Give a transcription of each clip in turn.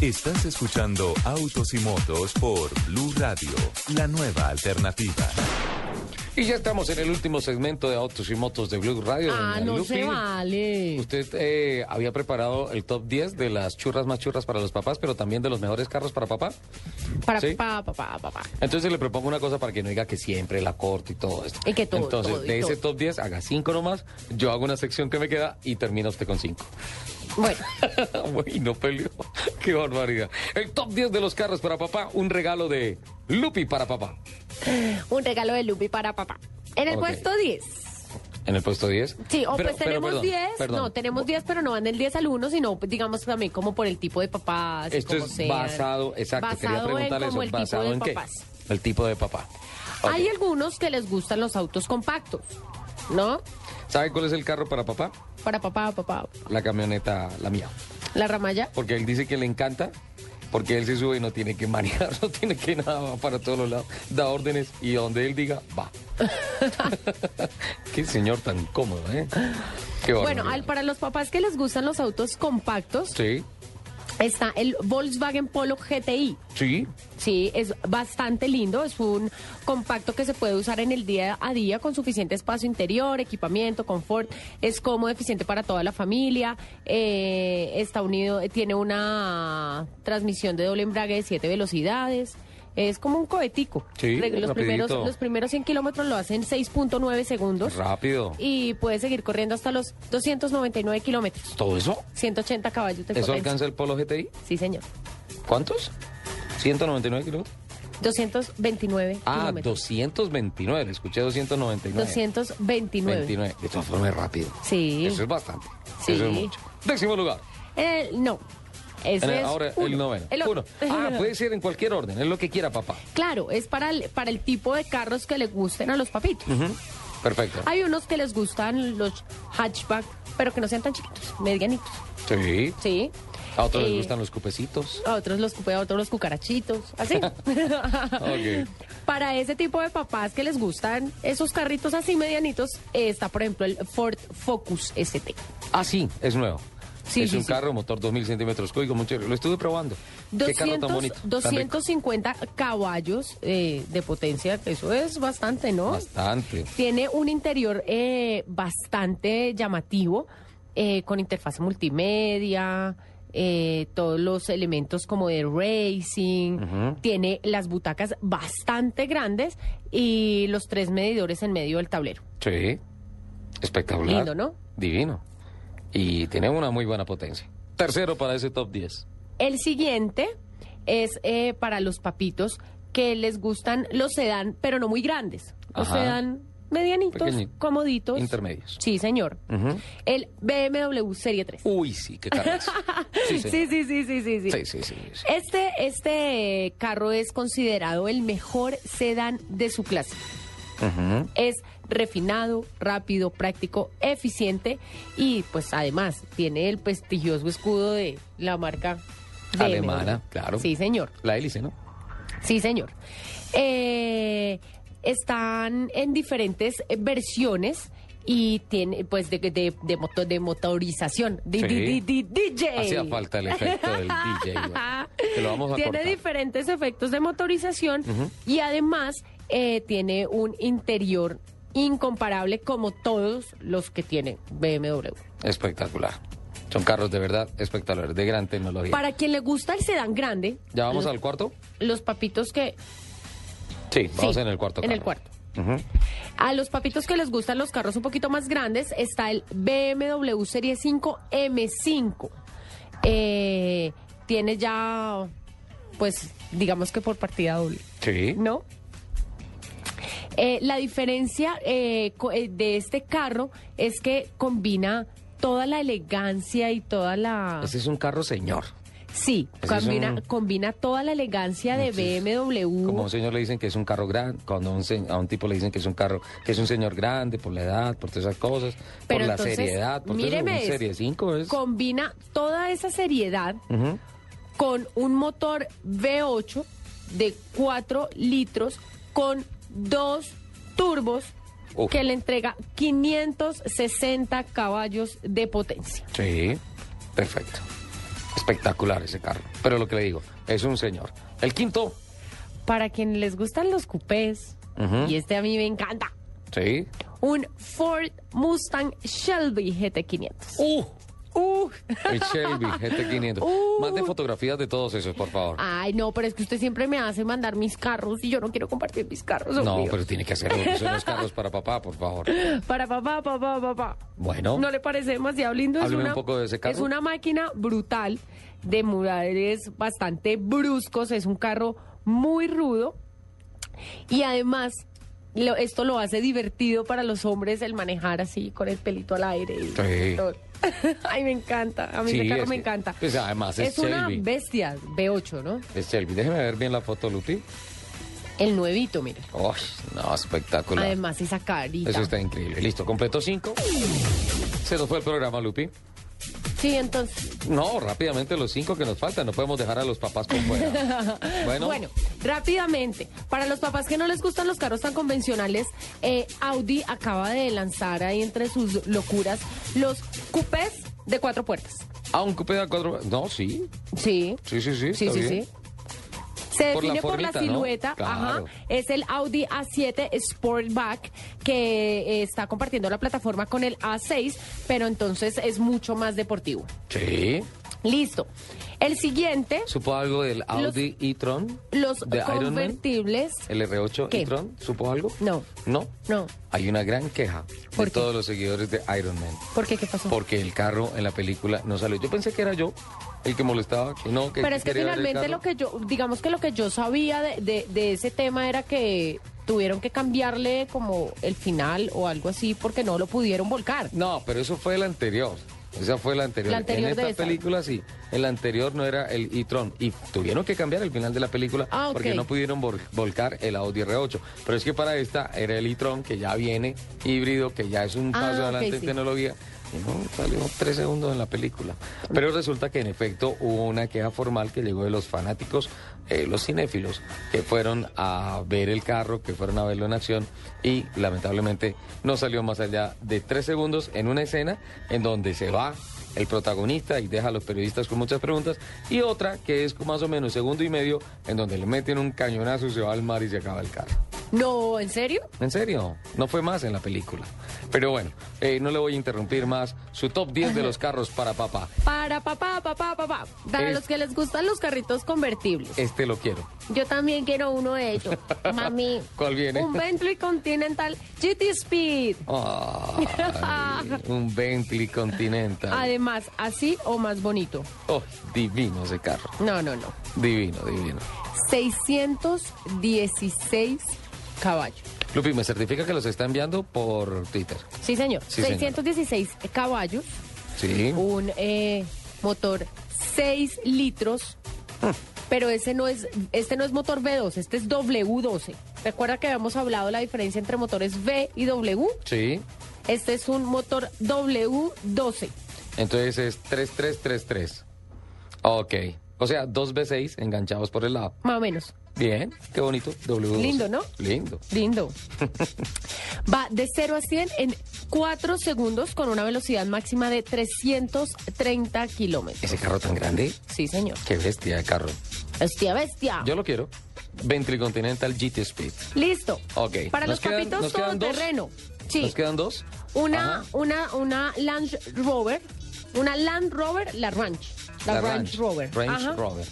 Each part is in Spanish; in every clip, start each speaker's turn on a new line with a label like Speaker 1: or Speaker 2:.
Speaker 1: Estás escuchando Autos y Motos por Blue Radio, la nueva alternativa.
Speaker 2: Y ya estamos en el último segmento de Autos y Motos de Blue Radio.
Speaker 3: Ah,
Speaker 2: doña
Speaker 3: no
Speaker 2: Lupi.
Speaker 3: se vale.
Speaker 2: Usted eh, había preparado el top 10 de las churras más churras para los papás, pero también de los mejores carros para papá.
Speaker 3: Para
Speaker 2: ¿Sí?
Speaker 3: papá, papá, papá.
Speaker 2: Entonces le propongo una cosa para que no diga que siempre la corto y todo esto.
Speaker 3: Y que todo,
Speaker 2: Entonces,
Speaker 3: todo, y
Speaker 2: de ese
Speaker 3: todo.
Speaker 2: top 10, haga 5 nomás, yo hago una sección que me queda y termina usted con 5.
Speaker 3: Bueno,
Speaker 2: Uy, no peleó. Qué barbaridad. El top 10 de los carros para papá, un regalo de Lupi para papá.
Speaker 3: un regalo de Lupi para papá. En el
Speaker 2: Ok.
Speaker 3: puesto 10.
Speaker 2: En el puesto 10.
Speaker 3: Sí, o
Speaker 2: Pero-
Speaker 3: pues
Speaker 2: pero
Speaker 3: tenemos
Speaker 2: perdón,
Speaker 3: 10.
Speaker 2: perdón.
Speaker 3: No, tenemos 10, pero no van del 10 al 1, sino pues, digamos también como por el tipo de papás. y
Speaker 2: Esto
Speaker 3: cómo
Speaker 2: es
Speaker 3: sean.
Speaker 2: basado, exacto, quería
Speaker 3: Basado en
Speaker 2: preguntarle eso,
Speaker 3: como el tipo
Speaker 2: basado
Speaker 3: de
Speaker 2: en
Speaker 3: papás.
Speaker 2: qué? El tipo de papá. Ok.
Speaker 3: Hay algunos que les gustan los autos compactos, ¿no?
Speaker 2: ¿Sabe cuál es el carro para papá?
Speaker 3: Para papá, papá.
Speaker 2: La camioneta, la mía.
Speaker 3: La ramalla.
Speaker 2: Porque él dice que le encanta, porque él se sube y no tiene que manejar, no tiene que nada, va para todos los lados, da órdenes y donde él diga, va. Qué señor tan cómodo, ¿eh? Qué
Speaker 3: Bueno,
Speaker 2: barbaridad.
Speaker 3: al- para los papás que les gustan los autos compactos,
Speaker 2: Sí,
Speaker 3: está el Volkswagen Polo GTI.
Speaker 2: sí.
Speaker 3: Sí, es bastante lindo, es un compacto que se puede usar en el día a día con suficiente espacio interior, equipamiento, confort, es cómodo, eficiente para toda la familia, eh, está unido, tiene una transmisión de doble embrague de siete velocidades. Es como un cohetico.
Speaker 2: Sí,
Speaker 3: Re- los,
Speaker 2: rapidito.
Speaker 3: primeros, los primeros 100 kilómetros lo hacen 6.9 segundos.
Speaker 2: Rápido.
Speaker 3: Y puede seguir corriendo hasta los 299 kilómetros.
Speaker 2: ¿Todo eso?
Speaker 3: 180 caballos
Speaker 2: ¿Eso
Speaker 3: de potencia.
Speaker 2: alcanza el Polo GTI?
Speaker 3: Sí, señor.
Speaker 2: ¿Cuántos? 199 kilómetros.
Speaker 3: 229
Speaker 2: Ah,
Speaker 3: kilómetros.
Speaker 2: 229, le escuché 299.
Speaker 3: 229.
Speaker 2: 29. De todas formas, es rápido.
Speaker 3: Sí.
Speaker 2: Eso es bastante.
Speaker 3: Sí.
Speaker 2: Eso es mucho. Décimo lugar.
Speaker 3: Eh, no. Ese
Speaker 2: En el-
Speaker 3: es
Speaker 2: Eh, ahora el
Speaker 3: uno.
Speaker 2: noveno.
Speaker 3: El o-
Speaker 2: Uno. Ah, puede ser en cualquier orden, es lo que quiera, papá.
Speaker 3: Claro, es para el, para el tipo de carros que le gusten a los papitos.
Speaker 2: Ujú. Perfecto.
Speaker 3: Hay unos que les gustan los hatchback, pero que no sean tan chiquitos, medianitos.
Speaker 2: Sí.
Speaker 3: Sí.
Speaker 2: A otros
Speaker 3: Eh,
Speaker 2: les gustan los cupecitos.
Speaker 3: A otros los cupé, a otros los cucarachitos, así.
Speaker 2: Ok.
Speaker 3: Para ese tipo de papás que les gustan esos carritos así medianitos, eh, está por ejemplo el Ford Focus ST.
Speaker 2: Ah, sí, es nuevo.
Speaker 3: Sí,
Speaker 2: es
Speaker 3: sí,
Speaker 2: un
Speaker 3: sí.
Speaker 2: carro, motor 2000 centímetros cúbicos, muy chévere. Lo estuve probando. Qué carro tan
Speaker 3: 200,
Speaker 2: bonito. tan rico.
Speaker 3: 250 caballos eh, de potencia, que eso es bastante, ¿no?
Speaker 2: Bastante.
Speaker 3: Tiene un interior eh, bastante llamativo, eh, con interfaz multimedia, eh, todos los elementos como de racing,
Speaker 2: Ujú.
Speaker 3: tiene las butacas bastante grandes y los tres medidores en medio del tablero.
Speaker 2: Sí. Espectacular.
Speaker 3: Lindo, ¿no?
Speaker 2: Divino. Y tiene una muy buena potencia. Tercero para ese top 10.
Speaker 3: El siguiente es eh, para los papitos que les gustan los sedán, pero no muy grandes. Los
Speaker 2: Ajá.
Speaker 3: sedán medianitos,
Speaker 2: Pequeñitos.
Speaker 3: comoditos.
Speaker 2: Intermedios.
Speaker 3: Sí, señor.
Speaker 2: Ujú.
Speaker 3: El BMW Serie 3.
Speaker 2: Uy, sí, qué carro. es. Sí,
Speaker 3: sí,
Speaker 2: señor.
Speaker 3: sí, sí, sí, sí, sí.
Speaker 2: sí, sí, sí, sí.
Speaker 3: Este, este carro es considerado el mejor sedán de su clase.
Speaker 2: Ujú.
Speaker 3: Es refinado, rápido, práctico, eficiente y pues además tiene el prestigioso escudo de la marca BMW.
Speaker 2: Alemana, claro.
Speaker 3: Sí, señor.
Speaker 2: La hélice, ¿no?
Speaker 3: Sí, señor. Eh, están en diferentes eh, versiones y tiene pues de, de, de moto- de motorización. Di-
Speaker 2: Sí.
Speaker 3: di- di- di- DJ.
Speaker 2: Hacía falta el efecto del DJ. güey. Te lo vamos a
Speaker 3: Ah, tiene
Speaker 2: cortar.
Speaker 3: diferentes efectos de motorización y además eh, tiene un interior incomparable como todos los que tiene BMW.
Speaker 2: Espectacular. Son carros de verdad espectaculares, de gran tecnología.
Speaker 3: Para quien le gusta el sedán grande,
Speaker 2: ¿Ya vamos
Speaker 3: los,
Speaker 2: al cuarto?
Speaker 3: los papitos que...
Speaker 2: Sí, vamos
Speaker 3: sí,
Speaker 2: en el cuarto.
Speaker 3: En el
Speaker 2: carro.
Speaker 3: cuarto.
Speaker 2: Ujú.
Speaker 3: A los papitos que les gustan los carros un poquito más grandes está el BMW Serie 5 M5. Eh, tiene ya, pues, digamos que por partida doble,
Speaker 2: Sí.
Speaker 3: ¿no? Eh, la diferencia eh, co- eh, de este carro es que combina toda la elegancia y toda la...
Speaker 2: Ese es un carro señor.
Speaker 3: Sí,
Speaker 2: ese es
Speaker 3: combina,
Speaker 2: un-
Speaker 3: combina toda la elegancia de
Speaker 2: Ese es-
Speaker 3: BMW.
Speaker 2: Como a un señor le dicen que es un carro grande, cuando a un se- a un tipo le dicen que es un carro, que es un señor grande por la edad, por todas esas cosas, por la seriedad, por todo eso,
Speaker 3: míreme
Speaker 2: un
Speaker 3: esto.
Speaker 2: serie 5 es.
Speaker 3: Combina toda esa seriedad
Speaker 2: Ujú.
Speaker 3: con un motor V8 de 4 litros con dos turbos
Speaker 2: Uf.
Speaker 3: que le entrega 560 caballos de potencia.
Speaker 2: Sí, perfecto. Espectacular ese carro. Pero lo que le digo, es un señor. El quinto,
Speaker 3: Para quien les gustan los coupés,
Speaker 2: Ujú.
Speaker 3: y este a mí me encanta,
Speaker 2: sí.
Speaker 3: un Ford Mustang Shelby GT500.
Speaker 2: ¡Uh!
Speaker 3: Uh.
Speaker 2: El Shelby GT500.
Speaker 3: Uh. Ah,
Speaker 2: Más de fotografías de todos esos, por favor.
Speaker 3: Ay, no, pero es que usted siempre me hace mandar mis carros y yo no quiero compartir mis carros.
Speaker 2: no,
Speaker 3: obvio.
Speaker 2: pero tiene que hacerlo. porque Son los carros para papá, por favor.
Speaker 3: Para papá, papá, papá.
Speaker 2: Bueno.
Speaker 3: ¿No le parece demasiado lindo?
Speaker 2: Hábleme un poco de ese carro.
Speaker 3: Es una máquina brutal, de murales bastante bruscos, es un carro muy rudo y además... lo- esto lo hace divertido para los hombres el manejar así con el pelito al aire. y
Speaker 2: Sí.
Speaker 3: todo. Ay, me encanta. A mí
Speaker 2: Sí,
Speaker 3: ese carro
Speaker 2: es
Speaker 3: me
Speaker 2: que-
Speaker 3: encanta.
Speaker 2: pues además es
Speaker 3: una
Speaker 2: Shelby.
Speaker 3: bestia B8, ¿no?
Speaker 2: El Shelby, déjeme ver bien la foto, Luti.
Speaker 3: El nuevito, mira.
Speaker 2: ¡Uy! No, espectacular.
Speaker 3: Además, esa carita.
Speaker 2: Eso está increíble. Listo, completó cinco. Se nos fue el programa, Lupi.
Speaker 3: Sí, entonces.
Speaker 2: No, rápidamente los cinco que nos faltan. No podemos dejar a los papás por fuera. Bueno,
Speaker 3: Bueno, rápidamente, para los papás que no les gustan los carros tan convencionales, eh, Audi acaba de lanzar ahí entre sus locuras los coupés de cuatro puertas.
Speaker 2: a un cupé de cuatro. No, sí.
Speaker 3: Sí.
Speaker 2: Sí, sí, sí.
Speaker 3: Sí,
Speaker 2: está
Speaker 3: sí,
Speaker 2: bien.
Speaker 3: sí. Se
Speaker 2: Por la
Speaker 3: define por la,
Speaker 2: formita, ¿no?
Speaker 3: silueta, ajá,
Speaker 2: Claro.
Speaker 3: es el Audi A7 Sportback que eh, está compartiendo la plataforma con el A6, pero entonces es mucho más deportivo.
Speaker 2: Sí.
Speaker 3: Listo. El siguiente,
Speaker 2: ¿Supo algo del Audi e-tron?
Speaker 3: los
Speaker 2: de Iron Man?
Speaker 3: convertibles.
Speaker 2: ¿El R8
Speaker 3: ¿Qué?
Speaker 2: e-tron? ¿Supo algo?
Speaker 3: No.
Speaker 2: ¿No?
Speaker 3: No.
Speaker 2: Hay una gran queja
Speaker 3: ¿Por
Speaker 2: de
Speaker 3: qué? Oh.
Speaker 2: todos los seguidores de Iron Man.
Speaker 3: ¿Por qué? ¿Qué pasó?
Speaker 2: Porque el carro en la película no salió. Yo pensé que era yo el que molestaba, que no, que
Speaker 3: Pero es que
Speaker 2: quería ver el
Speaker 3: finalmente
Speaker 2: carro.
Speaker 3: lo que yo, digamos que lo que yo sabía de, de- de ese tema era que tuvieron que cambiarle como el final o algo así porque no lo pudieron volcar.
Speaker 2: No, pero eso fue el anterior. Esa fue la anterior.
Speaker 3: La anterior
Speaker 2: en esta
Speaker 3: de esa.
Speaker 2: película sí. El anterior no era el e-tron. Y tuvieron que cambiar el final de la película
Speaker 3: Ah, ok.
Speaker 2: porque no pudieron vol- volcar el Audi R8. Pero es que para esta era el e-tron que ya viene híbrido, que ya es un
Speaker 3: Ah,
Speaker 2: paso
Speaker 3: ok,
Speaker 2: adelante en
Speaker 3: sí.
Speaker 2: tecnología. Y no, salió tres segundos en la película. Pero resulta que en efecto hubo una queja formal que llegó de los fanáticos, eh, los cinéfilos, que fueron a ver el carro, que fueron a verlo en acción y lamentablemente no salió más allá de tres segundos en una escena en donde se va el protagonista y deja a los periodistas con muchas preguntas y otra que es más o menos segundo y medio en donde le meten un cañonazo, se va al mar y se acaba el carro.
Speaker 3: No, ¿en serio?
Speaker 2: En serio, no fue más en la película. Pero bueno, eh, no le voy a interrumpir más su top 10 de los carros para papá.
Speaker 3: Para papá, papá, papá. Para
Speaker 2: Es-
Speaker 3: los que les gustan los carritos convertibles.
Speaker 2: Este lo quiero.
Speaker 3: Yo también quiero uno de ellos. Mami.
Speaker 2: ¿Cuál viene?
Speaker 3: Un Bentley Continental GT Speed.
Speaker 2: Ay, un Bentley Continental.
Speaker 3: Además, así o más bonito.
Speaker 2: Oh, divino ese carro.
Speaker 3: No, no, no.
Speaker 2: Divino, divino.
Speaker 3: 616 caballos.
Speaker 2: Lupi, ¿me certifica que los está enviando por Twitter?
Speaker 3: Sí, señor.
Speaker 2: Sí, señora.
Speaker 3: 616 caballos,
Speaker 2: Sí.
Speaker 3: un eh, motor 6 litros, pero ese no es, este no es motor V12, este es W12. Recuerda que habíamos hablado de la diferencia entre motores V y W.
Speaker 2: Sí.
Speaker 3: Este es un motor W12.
Speaker 2: Entonces es 3333. Ok. O sea, dos V6 enganchados por el lado.
Speaker 3: Más o menos.
Speaker 2: Bien, qué bonito. W12.
Speaker 3: Lindo, ¿no?
Speaker 2: Lindo.
Speaker 3: Lindo. Va de 0 a 100 en 4 segundos con una velocidad máxima de 330 kilómetros.
Speaker 2: Ese carro tan grande.
Speaker 3: Sí, señor.
Speaker 2: Qué bestia de carro.
Speaker 3: Hostia, bestia.
Speaker 2: Yo lo quiero. Bentley Continental GT Speed.
Speaker 3: Listo.
Speaker 2: Ok.
Speaker 3: Para
Speaker 2: Nos
Speaker 3: los
Speaker 2: quedan-
Speaker 3: papitos
Speaker 2: nos quedan dos.
Speaker 3: todoterreno. Sí.
Speaker 2: ¿Nos quedan dos?
Speaker 3: Una,
Speaker 2: Ajá.
Speaker 3: una, una Land Rover. Una Land Rover, la Ranch. La, Ranch, Rover.
Speaker 2: Range
Speaker 3: Ajá.
Speaker 2: Rover.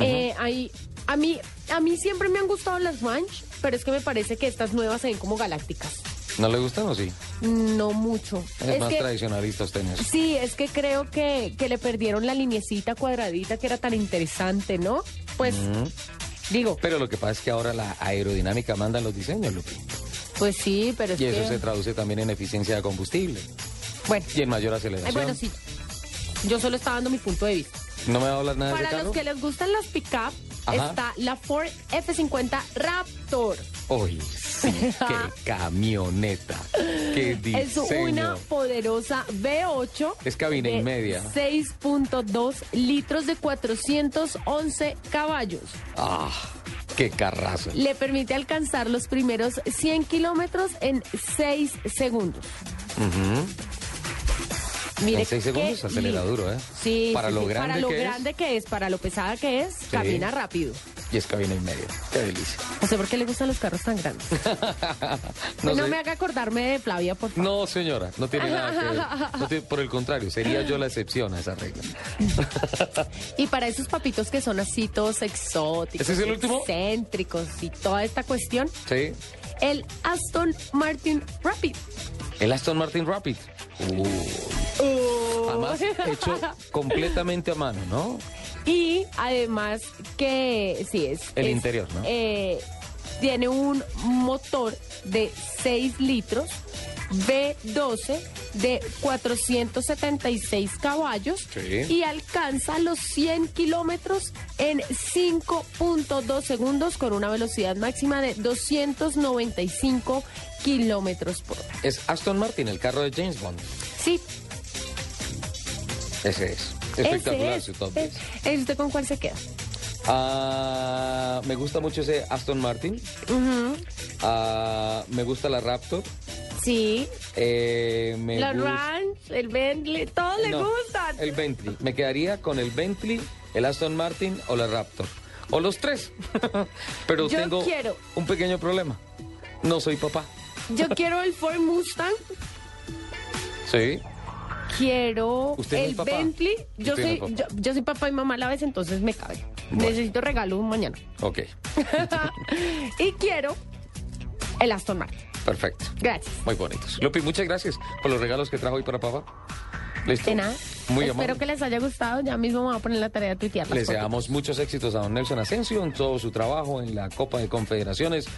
Speaker 3: Eh, ahí, a, mí, a mí siempre me han gustado las Ranch, pero es que me parece que estas nuevas se ven como galácticas.
Speaker 2: ¿No le gustan o sí?
Speaker 3: No mucho.
Speaker 2: Es, más
Speaker 3: que,
Speaker 2: tradicionalista usted en eso.
Speaker 3: Sí, es que creo que, que le perdieron la linecita cuadradita que era tan interesante, ¿no? Pues, digo,
Speaker 2: Pero lo que pasa es que ahora la aerodinámica manda los diseños, Lupi.
Speaker 3: pues sí, pero es
Speaker 2: Y
Speaker 3: que...
Speaker 2: eso se traduce también en eficiencia de combustible
Speaker 3: Bueno,
Speaker 2: y en mayor
Speaker 3: Ay,
Speaker 2: aceleración.
Speaker 3: bueno, sí. Yo solo estaba dando mi punto de vista.
Speaker 2: ¿No me va a hablar nada de ese
Speaker 3: Para
Speaker 2: carro?
Speaker 3: los que les gustan las pick-up,
Speaker 2: Ajá.
Speaker 3: está la Ford F50 Raptor.
Speaker 2: Uy, sí, qué camioneta. Qué diseño.
Speaker 3: Es una poderosa V8.
Speaker 2: Es cabina y
Speaker 3: de
Speaker 2: media.
Speaker 3: 6.2 litros de 411 caballos.
Speaker 2: Ah, qué carrazo.
Speaker 3: Le permite alcanzar los primeros 100 kilómetros en 6 segundos. Mire
Speaker 2: en seis
Speaker 3: qué
Speaker 2: segundos acelera
Speaker 3: lindo.
Speaker 2: duro, ¿eh?
Speaker 3: Sí,
Speaker 2: Para
Speaker 3: sí,
Speaker 2: lo
Speaker 3: sí,
Speaker 2: grande
Speaker 3: para lo
Speaker 2: que es.
Speaker 3: grande que es, para lo pesada que es, camina rápido.
Speaker 2: Y es cabina y media. Qué delicia.
Speaker 3: No sé por qué le gustan los carros tan grandes. Pues
Speaker 2: No
Speaker 3: No,
Speaker 2: sé.
Speaker 3: me haga acordarme de Flavia, por favor.
Speaker 2: No, señora, no tiene nada que ver. No tiene- por el contrario, sería yo la excepción a esa regla.
Speaker 3: Y para esos papitos que son así todos exóticos,
Speaker 2: ¿Ese es el último?
Speaker 3: excéntricos y toda esta cuestión,
Speaker 2: Sí.
Speaker 3: el Aston Martin Rapid.
Speaker 2: El Aston Martin Rapid. Uh, Además, hecho completamente a mano, ¿no?
Speaker 3: Y además que, sí, es...
Speaker 2: El
Speaker 3: es,
Speaker 2: interior, ¿no?
Speaker 3: eh, tiene un motor de 6 litros V12 de 476 caballos
Speaker 2: Sí.
Speaker 3: y alcanza los 100 kilómetros en 5.2 segundos con una velocidad máxima de 295 kilómetros por hora.
Speaker 2: Es Aston Martin, el carro de James Bond.
Speaker 3: Sí,
Speaker 2: Ese es.
Speaker 3: ese
Speaker 2: Espectacular
Speaker 3: es.
Speaker 2: su top
Speaker 3: es.
Speaker 2: 10.
Speaker 3: ¿Y usted con cuál se queda?
Speaker 2: Ah, me gusta mucho ese Aston Martin.
Speaker 3: Ujú,
Speaker 2: Ah, me gusta la Raptor.
Speaker 3: Sí,
Speaker 2: Eh, me
Speaker 3: la
Speaker 2: gusta-
Speaker 3: Ranch, el Bentley, todos le
Speaker 2: No,
Speaker 3: gustan.
Speaker 2: El Bentley. Me quedaría con el Bentley, el Aston Martin o la Raptor. O los tres. Pero
Speaker 3: Yo
Speaker 2: tengo
Speaker 3: quiero.
Speaker 2: un pequeño problema. No soy papá.
Speaker 3: Yo quiero el Ford Mustang,
Speaker 2: Sí.
Speaker 3: quiero
Speaker 2: Usted no es
Speaker 3: el
Speaker 2: papá.
Speaker 3: Bentley. Yo
Speaker 2: Usted no es
Speaker 3: soy,
Speaker 2: papá.
Speaker 3: yo, yo soy papá y mamá a la vez, entonces me cabe.
Speaker 2: Bueno.
Speaker 3: Necesito regalo mañana.
Speaker 2: Ok.
Speaker 3: y quiero el Aston Martin.
Speaker 2: Perfecto.
Speaker 3: Gracias.
Speaker 2: Muy bonitos. Lupi, muchas gracias por los regalos que trajo hoy para papá. ¿Listo?
Speaker 3: De nada.
Speaker 2: Muy
Speaker 3: Espero
Speaker 2: amable.
Speaker 3: que les haya gustado. Ya mismo me voy a poner la tarea de tuitear. las
Speaker 2: Le
Speaker 3: fotos.
Speaker 2: deseamos muchos éxitos a don Nelson Asensio en todo su trabajo en la Copa de Confederaciones.